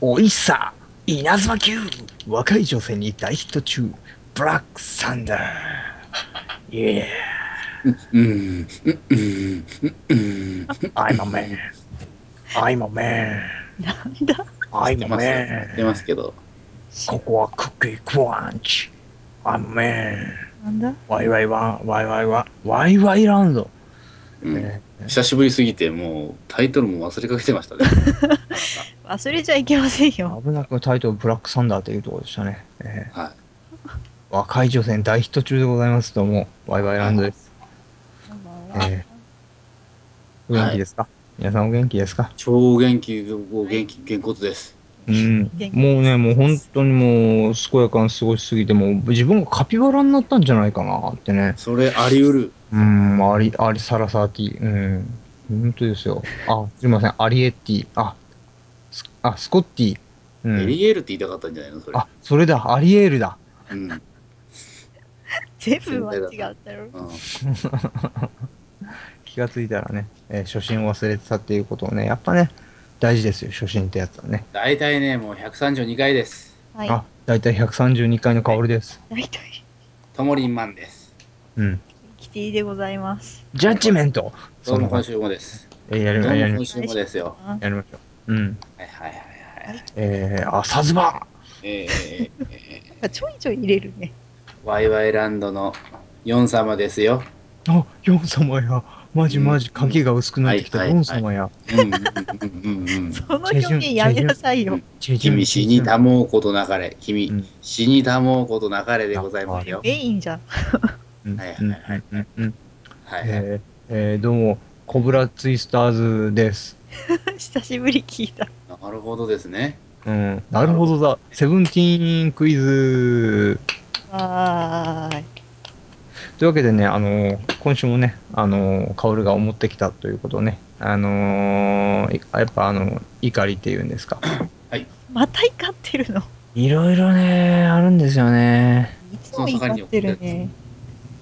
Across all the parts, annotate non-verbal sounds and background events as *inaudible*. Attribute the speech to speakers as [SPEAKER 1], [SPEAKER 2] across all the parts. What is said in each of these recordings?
[SPEAKER 1] おいさ、稲妻急若い女性に大ヒット中、ブラックサンダー。イエ
[SPEAKER 2] うん、うん、うん、うん。
[SPEAKER 1] ー、I'm a man.I'm a man.I'm
[SPEAKER 3] なんだ
[SPEAKER 1] a
[SPEAKER 2] ます、出
[SPEAKER 1] man.
[SPEAKER 2] ますけど。
[SPEAKER 1] ここはクッキークランチ。I'm a man.
[SPEAKER 3] なんだ
[SPEAKER 1] ワイワイワン、ワイワイワン、ワイワイランド。
[SPEAKER 2] うん
[SPEAKER 1] ね
[SPEAKER 2] 久しぶりすぎて、もうタイトルも忘れかけてましたね。
[SPEAKER 3] 忘れちゃいけませんよ。
[SPEAKER 1] 危なくタイトルブラックサンダーというところでしたね。えー
[SPEAKER 2] は
[SPEAKER 1] 若い女性に大ヒット中でございますどうも、ワイワイランドです。えーお元気ですか、皆さんお元気ですか
[SPEAKER 2] い。超元気、お元気、げんこつです。
[SPEAKER 1] うん
[SPEAKER 3] 元。気
[SPEAKER 1] もうね、もう本当にもう、健やかに過ごしすぎて、もう自分がカピバラになったんじゃないかなってね。
[SPEAKER 2] それあり得る。
[SPEAKER 1] うん、あり、あり、サラサーティ。うん。本当ですよ。あ、すいません、アリエッティ。あ、スあ、スコッティ。う
[SPEAKER 2] エ
[SPEAKER 1] ん。
[SPEAKER 2] リエールって言いたかったんじゃないのそれ。
[SPEAKER 1] あ、それだ、アリエールだ。
[SPEAKER 2] うん。うん
[SPEAKER 3] 全部間違ったよ。
[SPEAKER 1] 気がついたらね、えー初心を忘れてたっていうことをね、やっぱね、大事ですよ、初心ってやつはね。
[SPEAKER 2] 大体ね、もう132回です。
[SPEAKER 3] はい。
[SPEAKER 1] あ、だいたい132回の薫です。
[SPEAKER 3] 大体、
[SPEAKER 2] ともりんまんです。
[SPEAKER 1] うん。
[SPEAKER 3] キティでございます。
[SPEAKER 1] ジャッジメント
[SPEAKER 2] ど
[SPEAKER 1] そうの
[SPEAKER 2] も今週もです。
[SPEAKER 1] えーやり
[SPEAKER 2] どう
[SPEAKER 1] ま
[SPEAKER 2] も
[SPEAKER 1] やりま
[SPEAKER 2] 今
[SPEAKER 1] し
[SPEAKER 2] 週もですよ。
[SPEAKER 3] あ
[SPEAKER 1] やりましょう。うん。
[SPEAKER 2] はいはいはいはい。
[SPEAKER 1] えー、朝ズバ
[SPEAKER 2] えー、えーえ
[SPEAKER 3] なんかちょいちょい入れるね。
[SPEAKER 2] ー、ワイワイランドのヨン様ですよ。
[SPEAKER 1] ーあ、ヨン様や。マジマジ、
[SPEAKER 2] うん
[SPEAKER 1] 影が薄くなってきた、
[SPEAKER 2] はい
[SPEAKER 1] ヨン様や。
[SPEAKER 2] うんうんうんうんうん。
[SPEAKER 3] その表現やめなさいよ。
[SPEAKER 1] チェジュン
[SPEAKER 2] 君死にたもうことなかれ。君、
[SPEAKER 1] うん
[SPEAKER 2] 死にたもうことなかれでございますよ。
[SPEAKER 3] メインじゃん。 *laughs*
[SPEAKER 1] うん
[SPEAKER 2] はい
[SPEAKER 1] うんうんうんうん
[SPEAKER 2] はいはい。
[SPEAKER 1] えーえーどうも、コブラツイスターズです。
[SPEAKER 3] 久しぶり聞いた。
[SPEAKER 2] なるほどですね。
[SPEAKER 1] うん、なるほどだ。セブンティーンクイズ。
[SPEAKER 3] はーい。
[SPEAKER 1] というわけでね、あのー今週もね、あのー、カオルが思ってきたということをね、あのーいやっぱあの、怒りっていうんですか。
[SPEAKER 3] また怒ってるの。
[SPEAKER 1] いろいろね、あるんですよね。
[SPEAKER 3] いつも怒ってるね。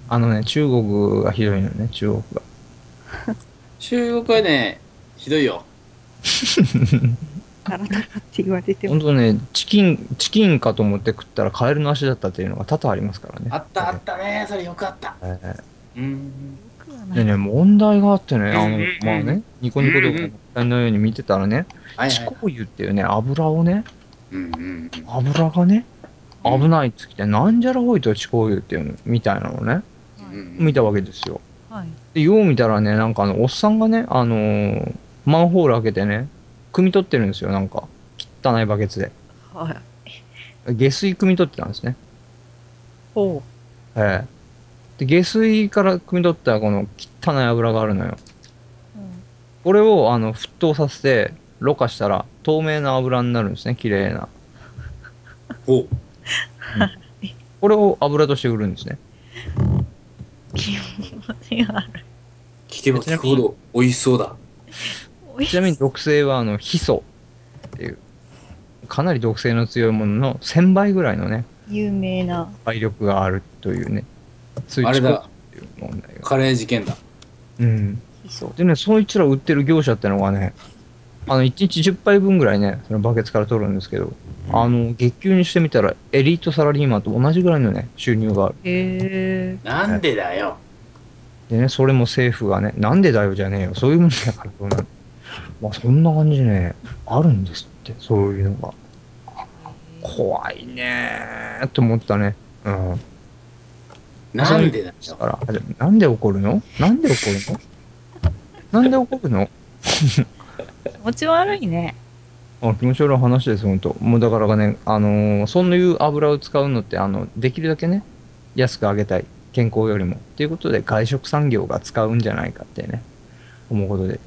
[SPEAKER 1] あのね、中国がひどいのね、中国が。
[SPEAKER 2] 中国はね、ひどいよ。
[SPEAKER 3] 体がって言われて
[SPEAKER 1] ほん
[SPEAKER 3] も。
[SPEAKER 1] とね、チキン、チキンかと思って食ったらカエルの足だったっていうのが多々ありますからね。
[SPEAKER 2] あったあったね。それよくあった。
[SPEAKER 1] えー
[SPEAKER 2] うん。
[SPEAKER 3] 僕は
[SPEAKER 1] で
[SPEAKER 3] な
[SPEAKER 1] ね、問題があってね、あ
[SPEAKER 2] うんう
[SPEAKER 1] の
[SPEAKER 2] んうん、
[SPEAKER 1] まあね、ニコニコ動
[SPEAKER 2] うん
[SPEAKER 1] 画のように見てたらね、
[SPEAKER 2] はいはい
[SPEAKER 1] 地
[SPEAKER 2] はい。
[SPEAKER 1] 香油っていうね、油をね、
[SPEAKER 2] うんうんうん。
[SPEAKER 1] 油がね、
[SPEAKER 2] うん
[SPEAKER 1] 危ないっつって、なんじゃらほいと地香油っていうの、みたいなのをね、
[SPEAKER 2] うんうん
[SPEAKER 1] 見たわけですよ。
[SPEAKER 3] はい。
[SPEAKER 1] で、よう見たらね、なんかあの、おっさんがね、あのーマンホール開けてね、汲み取ってるんですよ、なんか。汚いバケツで。
[SPEAKER 3] はい。
[SPEAKER 1] 下水汲み取ってたんですね。
[SPEAKER 3] おう。
[SPEAKER 1] ええ。で、下水から汲み取ったこの汚い油があるのよ。
[SPEAKER 3] うん
[SPEAKER 1] これをあの沸騰させてろ過したら透明な油になるんですね綺麗な
[SPEAKER 2] ほう。
[SPEAKER 1] これを油として売るんですね
[SPEAKER 3] 気持ちがある。
[SPEAKER 2] 聞けば聞くほど美味しそうだ。
[SPEAKER 3] おい
[SPEAKER 1] ちなみに毒性はあのヒ素っていうかなり毒性の強いものの1000倍ぐらいのね
[SPEAKER 3] 有名な。
[SPEAKER 1] 倍力があるというねそうい
[SPEAKER 2] あ
[SPEAKER 1] う
[SPEAKER 2] れ
[SPEAKER 1] 地下
[SPEAKER 2] だ
[SPEAKER 1] っ。ていう問題が
[SPEAKER 2] カレー事件だ。
[SPEAKER 1] うん
[SPEAKER 3] 基礎
[SPEAKER 1] でねそいつら売ってる業者ってのがねあの1日10杯分ぐらいねそのバケツから取るんですけどあの月給にしてみたらエリートサラリーマンと同じぐらいのね収入がある
[SPEAKER 3] へえ
[SPEAKER 2] なんでだよ。
[SPEAKER 1] でね、それも政府がね、なんでだよじゃねえよ、そういうもんだから、そうなの。まあ、そんな感じでね、あるんですって、そういうのが。怖いねーって思ったね。うん。
[SPEAKER 2] なんでだよ。
[SPEAKER 1] だから、あれなんで怒るのなんで怒るのなんで怒るの
[SPEAKER 3] 気持ち悪いね
[SPEAKER 1] あ気持ち悪い話です、本当もうだからね、あのーそういう油を使うのって、あの、できるだけね、安くあげたい。健康よりも。っていうことで、外食産業が使うんじゃないかってね、思うことで。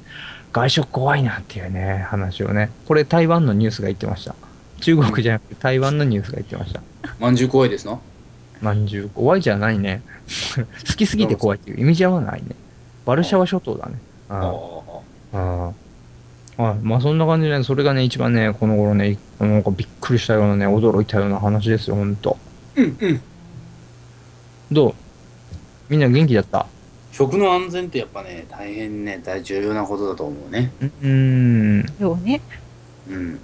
[SPEAKER 1] 外食怖いなっていうね、話をね。これ、台湾のニュースが言ってました。中国じゃなくて、台湾のニュースが言ってました。
[SPEAKER 2] まんじゅう怖いですの
[SPEAKER 1] まんじゅう、怖いじゃないね。 *laughs* 好きすぎて怖いっていう意味じゃないね。バルシャワ諸島だね。あー
[SPEAKER 2] お
[SPEAKER 1] ああ。はい。まあそんな感じで、それがね、一番ね、この頃ね、なんかびっくりしたようなね、驚いたような話ですよ、ほんと。
[SPEAKER 2] ーうんうん。
[SPEAKER 1] どうみんな元気だった
[SPEAKER 2] 食の安全ってやっぱね、大変ね、大重要なことだと思うね。
[SPEAKER 1] うーん。
[SPEAKER 3] ようね
[SPEAKER 2] うん。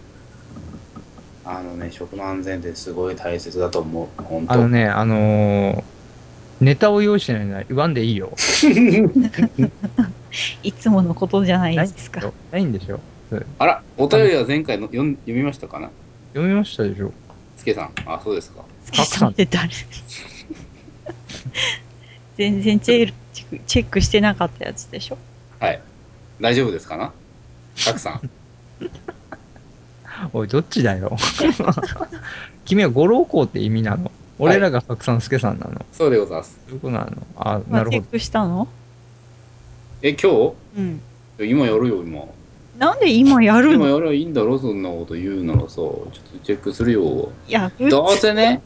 [SPEAKER 2] あのね、食の安全ってすごい大切だと思う。本当。
[SPEAKER 1] あのね、あのーネタを用意してないなら言わんでいい *laughs* よ。
[SPEAKER 3] いつものことじゃないですか。
[SPEAKER 1] ないんでしょそう
[SPEAKER 2] あら、お便りは前回の読ん読みましたかな
[SPEAKER 1] 読みましたでしょ
[SPEAKER 2] つけさん。あ、そうですか。
[SPEAKER 3] つけさんって
[SPEAKER 1] *laughs*
[SPEAKER 3] 誰全然チェルチェックチェックしてなかったやつでしょ。
[SPEAKER 2] はい。大丈夫ですかなたくさん。
[SPEAKER 1] おい、どっちだよ。 *laughs* 君は五老公って意味なの俺らが白山助さんなの、
[SPEAKER 2] そうでございます。
[SPEAKER 1] そういうことなのあ、
[SPEAKER 3] ま
[SPEAKER 1] な
[SPEAKER 3] あ、
[SPEAKER 1] る
[SPEAKER 3] チ
[SPEAKER 1] ほ
[SPEAKER 3] ェ
[SPEAKER 1] ど
[SPEAKER 3] ッ。クしたの
[SPEAKER 2] え、今
[SPEAKER 3] うん。
[SPEAKER 2] 日今やるよ、今。
[SPEAKER 3] なんで今やる
[SPEAKER 2] 今
[SPEAKER 3] の
[SPEAKER 2] やればいいんだろ、そんなこと言うならさ。ちょっとチェックするよ。
[SPEAKER 3] いや、う
[SPEAKER 2] どうせね、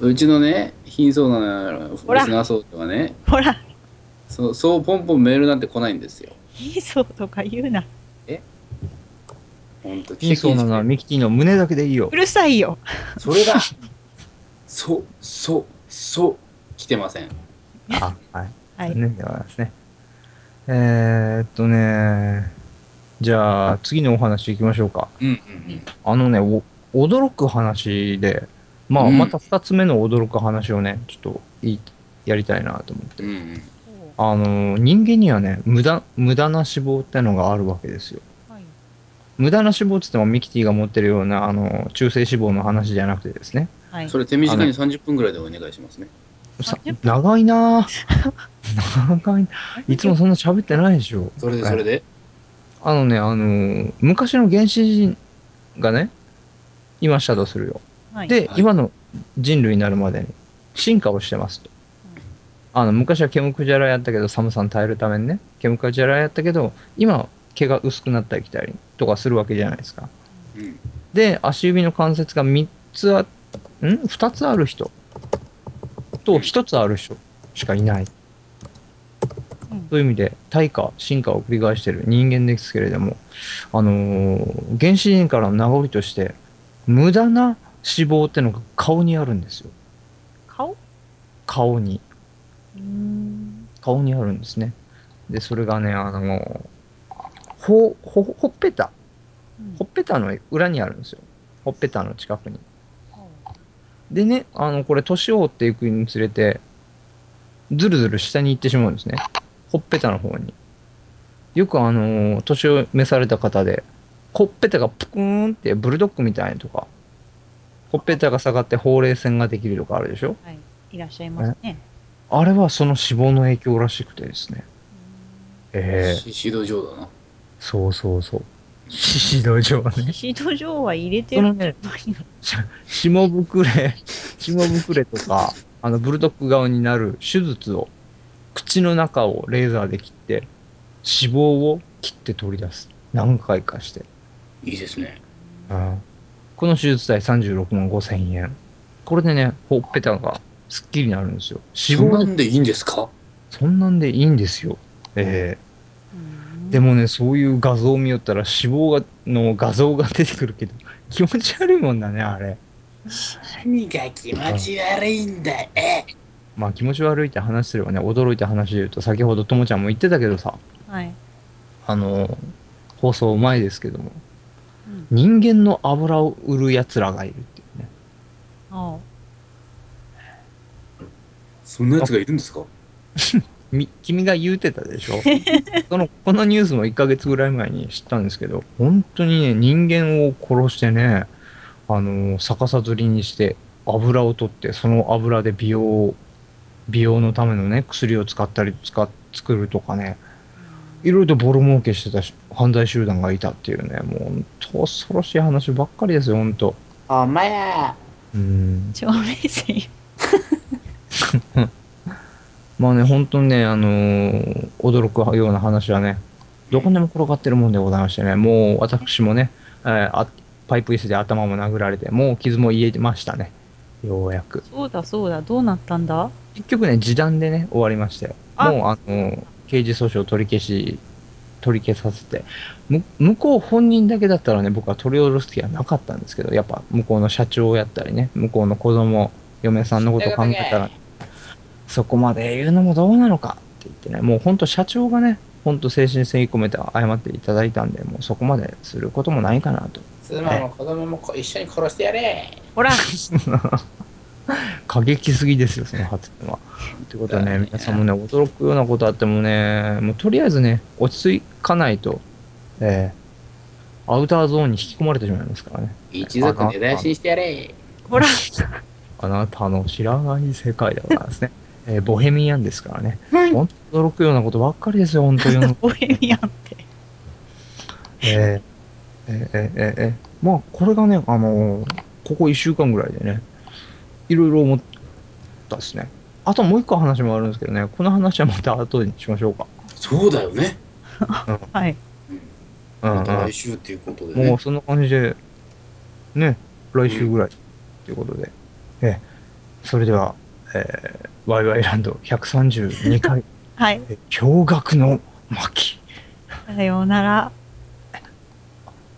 [SPEAKER 2] うちのね、貧相なリス
[SPEAKER 3] ほら
[SPEAKER 2] ナー層ではね、
[SPEAKER 3] ほら、
[SPEAKER 2] そそうポンポンメールなんて来ないんですよ。
[SPEAKER 3] いいそうとか言うな。
[SPEAKER 2] ほんと、奇
[SPEAKER 1] 金
[SPEAKER 2] 跡
[SPEAKER 1] そうなのは
[SPEAKER 2] に
[SPEAKER 1] ミキティの胸だけでいいよ
[SPEAKER 3] う。るさいよ。
[SPEAKER 2] それが、そ、そ、そ、来てません。
[SPEAKER 1] あ、はい。
[SPEAKER 3] はい。
[SPEAKER 1] ね、ではですね。えー、っとね、じゃあ次のお話いきましょうか。
[SPEAKER 2] うんうん
[SPEAKER 1] あのね、お驚く話で、まあ、
[SPEAKER 2] うん
[SPEAKER 1] また2つ目の驚く話をね、ちょっといいやりたいなと思って。
[SPEAKER 2] うん。うんうん。
[SPEAKER 1] あの、人間にはね、無駄、無駄な脂肪ってのがあるわけですよ。
[SPEAKER 3] はい
[SPEAKER 1] 無駄な脂肪って言ってもミキティが持ってるような、あの、中性脂肪の話じゃなくてですね。
[SPEAKER 3] はい。
[SPEAKER 2] それ手短に30分ぐらいでお願いしますね。
[SPEAKER 1] さ
[SPEAKER 3] 30分
[SPEAKER 1] 長いなぁ長いいつもそんな喋ってないでしょ。
[SPEAKER 2] それでそれで、
[SPEAKER 1] あのね、あのー昔の原始人がね、いましたとするよ。
[SPEAKER 3] はい、
[SPEAKER 1] で、
[SPEAKER 2] はい
[SPEAKER 1] 今の人類になるまでに進化をしてますと。あの昔はケムクジャラやったけど、寒さに耐えるためにね、ケムクジャラやったけど、今、毛が薄くなったりきたりとかするわけじゃないですか。
[SPEAKER 2] うん、
[SPEAKER 1] で、足指の関節が3つあ、ん ?2 つある人と1つある人しかいない。
[SPEAKER 3] うん
[SPEAKER 1] そういう意味で、退化、進化を繰り返している人間ですけれども、あのー原始人からの名残として、無駄な脂肪ってのが顔にあるんですよ。
[SPEAKER 3] 顔う
[SPEAKER 1] 顔に。
[SPEAKER 3] ーん。
[SPEAKER 1] 顔にあるんですね。で、それがね、あのーほ、ほ、ほっぺた。
[SPEAKER 3] うん
[SPEAKER 1] ほっぺたの裏にあるんですよ。ほっぺたの近くに。でね、あの、これ、年を追っていくにつれて、ずるずる下に行ってしまうんですね。ほっぺたの方に。よくあのー年を召された方で、ほっぺたがプクーンってブルドッグみたいにとか、ほっぺたが下がってほうれい線ができるとかあるでしょ
[SPEAKER 3] はい。いらっしゃいますね。
[SPEAKER 1] あれはその脂肪の影響らしくてですね。ええ
[SPEAKER 2] しシード上だな。
[SPEAKER 1] そうそうそう。シシド状
[SPEAKER 3] うーん
[SPEAKER 1] ね。
[SPEAKER 3] シシド上は入れて
[SPEAKER 1] そ
[SPEAKER 3] る
[SPEAKER 1] の
[SPEAKER 3] の
[SPEAKER 1] ね、
[SPEAKER 3] に
[SPEAKER 1] 下ぶくれ、 *laughs* 下ぶくれとか、あの、ブルドッグ顔になる手術を、口の中をレーザーで切って、脂肪を切って取り出す。何回かして。
[SPEAKER 2] いいですね。
[SPEAKER 1] うんこの手術代36万5千円。これでね、ほっぺたがすっきりになるんですよ。
[SPEAKER 2] そ
[SPEAKER 1] 脂
[SPEAKER 2] んな
[SPEAKER 1] 肪で、
[SPEAKER 2] んでいいんですか
[SPEAKER 1] そんなんでいいんですよ。え
[SPEAKER 3] う
[SPEAKER 1] え
[SPEAKER 3] ん
[SPEAKER 1] でもね、そういう画像を見よったら脂肪が、の画像が出てくるけど、気持ち悪いもんだね、あれ。
[SPEAKER 2] 何が気持ち悪いんだえ
[SPEAKER 1] まあ気持ち悪いって話すればね、驚いた話で言うと、先ほどともちゃんも言ってたけどさ、
[SPEAKER 3] はい。
[SPEAKER 1] あの、放送前ですけども、
[SPEAKER 3] うん
[SPEAKER 1] 人間の油を売る奴らがいるっていうね。
[SPEAKER 3] あ
[SPEAKER 2] そんなやつがいるんですか
[SPEAKER 1] み君が言うてたでしょそのこのニュースも1ヶ月ぐらい前に知ったんですけど、本当にね、人間を殺してね、あの、逆さづりにして、油を取って、その油で美容を、美容のためのね、薬を使ったり、使っ、作るとかね、いろいろとボロ儲けしてたし犯罪集団がいたっていうね、もう本当恐ろしい話ばっかりですよ、本当。
[SPEAKER 2] お前
[SPEAKER 1] うん。
[SPEAKER 3] あ。上目線よ。
[SPEAKER 1] まあね、本当にね、あのー驚くような話はね、どこにでも転がってるもんでございましてね、もう私もね、えーあパイプ椅子で頭も殴られて、もう傷も癒えましたね、ようやく。
[SPEAKER 3] そうだそうだ。どうなったんだ
[SPEAKER 1] 結局ね、示談でね、終わりましたよ。
[SPEAKER 3] あ
[SPEAKER 1] もう、あの、刑事訴訟取り消し、取り消させて、む向こう本人だけだったらね、僕は取り下ろす気はなかったんですけど、やっぱ向こうの社長をやったりね、向こうの子供、嫁さんのことを考えたら、そこまで言うのもどうなのかって言ってね、もう本当社長がね、本当精神性に込めて謝っていただいたんで、もうそこまですることもないかなと。
[SPEAKER 2] 妻も子供もこ一緒に殺してやれ
[SPEAKER 3] ほら、
[SPEAKER 1] 過激すぎですよ、その発言は。ということで
[SPEAKER 2] だ
[SPEAKER 1] ね、
[SPEAKER 2] よね
[SPEAKER 1] 皆さんもね、驚くようなことあってもね、もうとりあえずね、落ち着かないと、えーアウターゾーンに引き込まれてしまいますからね。
[SPEAKER 2] 一族根絶やしにしてやれ
[SPEAKER 1] *laughs*
[SPEAKER 3] ほら、
[SPEAKER 1] あなたの知らない世界だからですね。えーボヘミアンですからね。本当驚くようなことばっかりですよ、本当に。
[SPEAKER 3] *laughs* ボヘミアンって。
[SPEAKER 1] えーえーえーえーえーまあ、これがね、あのーここ1週間ぐらいでね、いろいろ思ったですね。あともう一個話もあるんですけどね、この話はまた後にしましょうか。
[SPEAKER 2] そうだよね
[SPEAKER 3] はい。
[SPEAKER 2] また来週っていうことでね
[SPEAKER 1] もうそんな感じで、ね、来週ぐらいということで、えーそれでは、えー、ワイワイランド132回、
[SPEAKER 3] はい。
[SPEAKER 1] えー驚愕の巻。
[SPEAKER 3] さようなら。